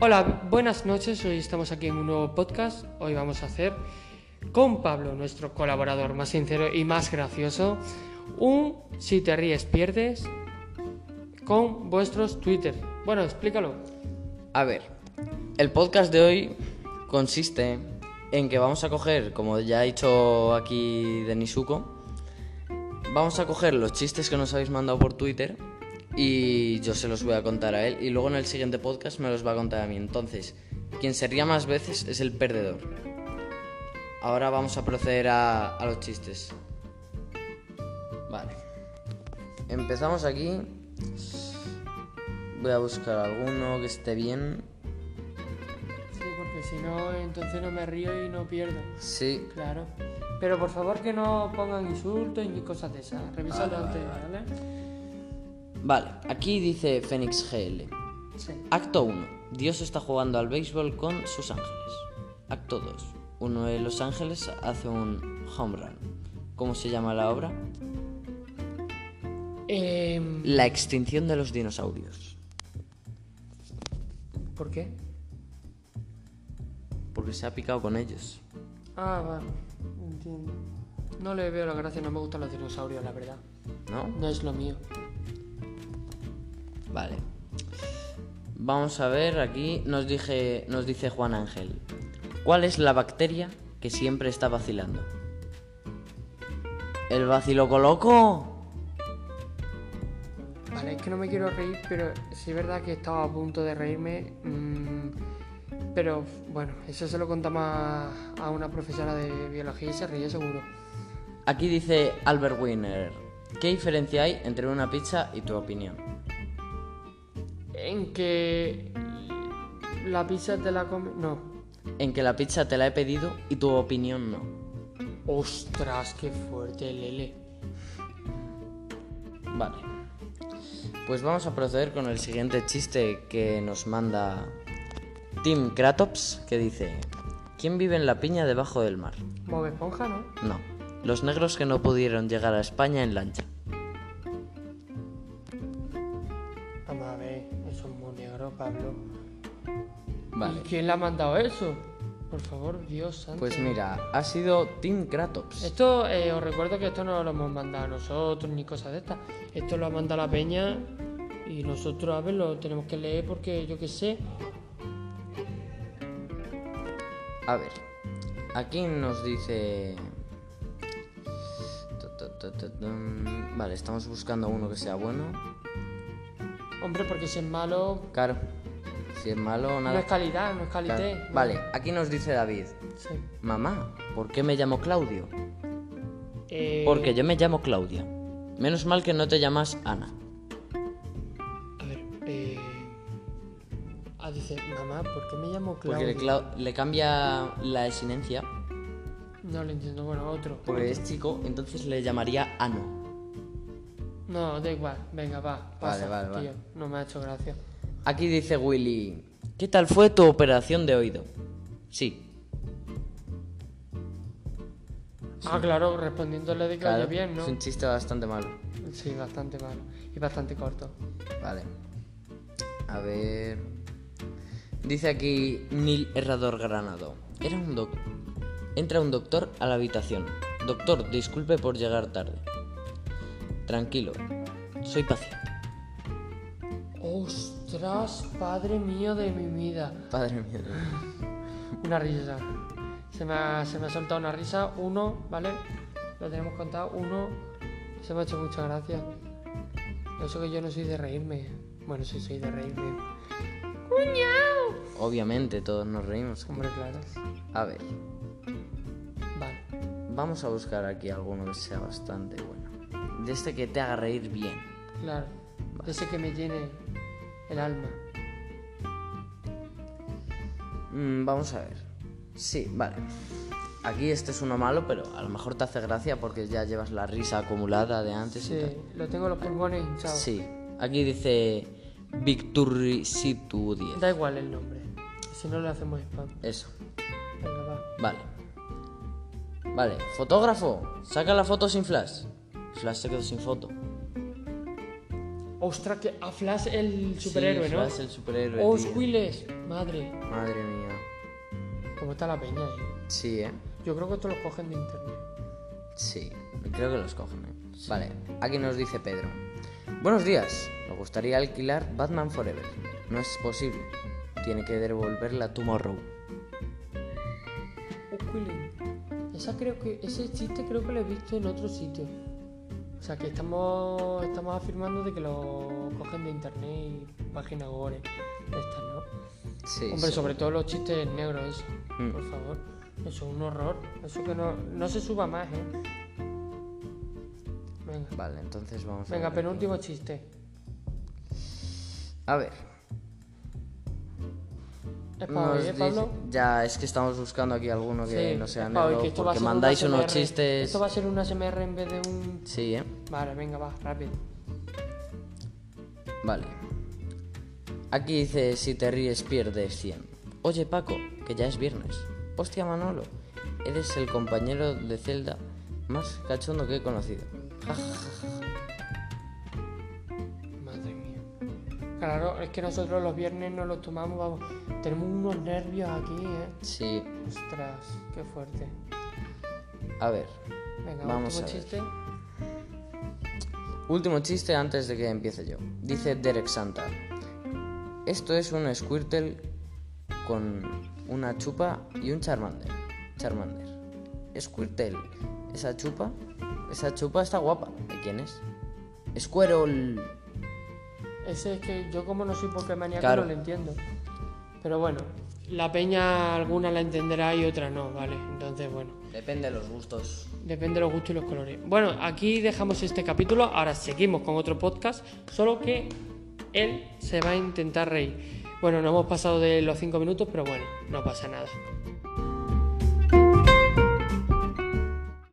Hola, buenas noches. Hoy estamos aquí en un nuevo podcast. Hoy vamos a hacer con Pablo, nuestro colaborador más sincero y más gracioso, un si te ríes pierdes con vuestros Twitter. Bueno, explícalo. A ver, el podcast de hoy consiste en que vamos a coger, como ya ha dicho aquí Denisuko, vamos a coger los chistes que nos habéis mandado por Twitter y yo se los voy a contar a él y luego en el siguiente podcast me los va a contar a mí. Entonces, quien se ría más veces es el perdedor. Ahora vamos a proceder a, a los chistes. Vale. Empezamos aquí. Voy a buscar alguno que esté bien. Sí, porque si no, entonces no me río y no pierdo. Sí. Claro. Pero por favor que no pongan insultos ni cosas de esas. Revísalo antes, ¿vale? Vale, aquí dice Fénix GL. Sí. Acto 1. Dios está jugando al béisbol con sus ángeles. Acto 2. Uno de los ángeles hace un home run. ¿Cómo se llama la obra? Em, La extinción de los dinosaurios. ¿Por qué? Porque se ha picado con ellos. Ah, vale. Entiendo. No le veo la gracia, no me gustan los dinosaurios, la verdad. ¿No? No es lo mío. Vale. Vamos a ver, aquí nos, dije, nos dice Juan Ángel. ¿Cuál es la bacteria que siempre está vacilando? ¿El vaciloco loco? Vale, es que no me quiero reír, pero sí es verdad que estaba a punto de reírme. mm, pero bueno, eso se lo contamos a, a una profesora de biología y se reía seguro. Aquí dice Albert Wiener. ¿Qué diferencia hay entre una pizza y tu opinión? En que la pizza te la come. No. En que la pizza te la he pedido y tu opinión no. Ostras, qué fuerte, Lele. Vale. Pues vamos a proceder con el siguiente chiste que nos manda Tim Kratops, que dice, ¿quién vive en la piña debajo del mar? Move esponja, ¿no? No, los negros que no pudieron llegar a España en lancha. Vamos a ver, eso es muy negro, Pablo. ¿Y Vale. quién le ha mandado eso? Por favor, Dios santo. Pues mira, ha sido Tim Kratops. Esto, eh, os recuerdo que esto no lo hemos mandado nosotros ni cosas de estas. Esto lo ha mandado la peña y nosotros, a ver, lo tenemos que leer porque yo qué sé. A ver, aquí nos dice... Tu, tu, tu, tu, tum. Vale, estamos buscando uno que sea bueno. Hombre, porque si es malo, Claro, si es malo, no nada. es calidad, no es Claro. calité. Vale, aquí nos dice David. Sí. Mamá, ¿por qué me llamo Claudio? Eh, Porque yo me llamo Claudia. Menos mal que no te llamas Ana. A ver, eh... Ah, dice, mamá, ¿por qué me llamo Porque Claudio? le, clau- le cambia la esinencia. No lo entiendo, bueno, otro. Porque es chico, entonces le llamaría Ano. No, da igual, venga, va, pasa, vale, vale. tío. No me ha hecho gracia. Aquí dice Willy, ¿qué tal fue tu operación de oído? Sí, Ah, claro, respondiéndole de que oye claro, bien, ¿no? es un chiste bastante malo. Sí, bastante malo. Y bastante corto. Vale. A ver. Dice aquí Neil Herrador Granado. Era un doc. Entra un doctor a la habitación. Doctor, disculpe por llegar tarde. Tranquilo, soy paciente. Ostras, padre mío de mi vida. Padre mío. Una risa. Se me ha, se me ha soltado una risa. Uno, ¿vale? Lo tenemos contado. Uno. Se me ha hecho mucha gracia. Eso que yo no soy de reírme. Bueno, sí soy de reírme. ¡Cuñao! Obviamente, todos nos reímos. Hombre, claro. A ver, Vale. vamos a buscar aquí alguno que sea bastante bueno. De este que te haga reír bien. Claro. De ese que me llene el alma. Mm, vamos a ver. Sí, vale. Aquí este es uno malo, pero a lo mejor te hace gracia porque ya llevas la risa acumulada de antes. y Sí, lo tengo los pulmones tal. hinchados. Sí. Aquí dice Victuricitu 10. Da igual el nombre. Si no le hacemos spam. Eso. Venga, va. Vale. Vale. Fotógrafo, saca la foto sin flash. Flash se quedó sin foto. Ostras, que a Flash el superhéroe, sí, ¿no? Oh, Flash el superhéroe. Os tío. Willis, madre. Madre mía. ¿Cómo está la peña ahí? Sí, ¿eh? Yo creo que esto lo cogen de internet. Sí, creo que los cogen. ¿eh? Vale, aquí nos dice Pedro. Buenos días, me gustaría alquilar Batman Forever. No es posible. Tiene que devolverla Tomorrow. Os Willis. Esa creo que, ese chiste creo que lo he visto en otro sitio. O sea que estamos, estamos afirmando de que lo cogen de internet y páginas gore. Estas, ¿no? Sí. Hombre, sí. sobre todo los chistes negros, eso. Mm. Por favor. Eso es un horror. Eso que no, no se suba más, ¿eh? Venga, Vale, entonces vamos a venga ver. penúltimo chiste. A ver. ¿Es para nos hoy, eh, Pablo? dice- Ya, es que estamos buscando aquí alguno que Sí, no sea es pa' hoy, negro. que esto va a porque ser un mandáis unos ASMR. chistes. Esto va a ser un ASMR en vez de un... Sí, ¿eh? Vale, venga, va, rápido. Vale. Aquí dice, si te ríes pierdes 100. Oye Paco, que ya es viernes. Hostia Manolo, eres el compañero de celda más cachondo que he conocido. Madre mía. Claro, es que nosotros los viernes no los tomamos, vamos. Tenemos unos nervios aquí, ¿eh? Sí, Ostras, qué fuerte. a ver. Venga, Vamos último a ver. chiste. Último chiste antes de que empiece yo. Dice Derek Santa. Esto es un Squirtle con una chupa y un Charmander. Charmander. Squirtle. Esa chupa. Esa chupa está guapa. ¿De quién es? Squirrel. Ese es que yo como no soy Pokémaníaco Claro. no lo entiendo. Pero bueno, la peña alguna la entenderá y otra no, ¿vale? Entonces, bueno, Depende de los gustos. depende de los gustos y los colores. Bueno, aquí dejamos este capítulo, ahora seguimos con otro podcast, solo que él se va a intentar reír. Bueno, no hemos pasado de los cinco minutos, pero bueno, no pasa nada.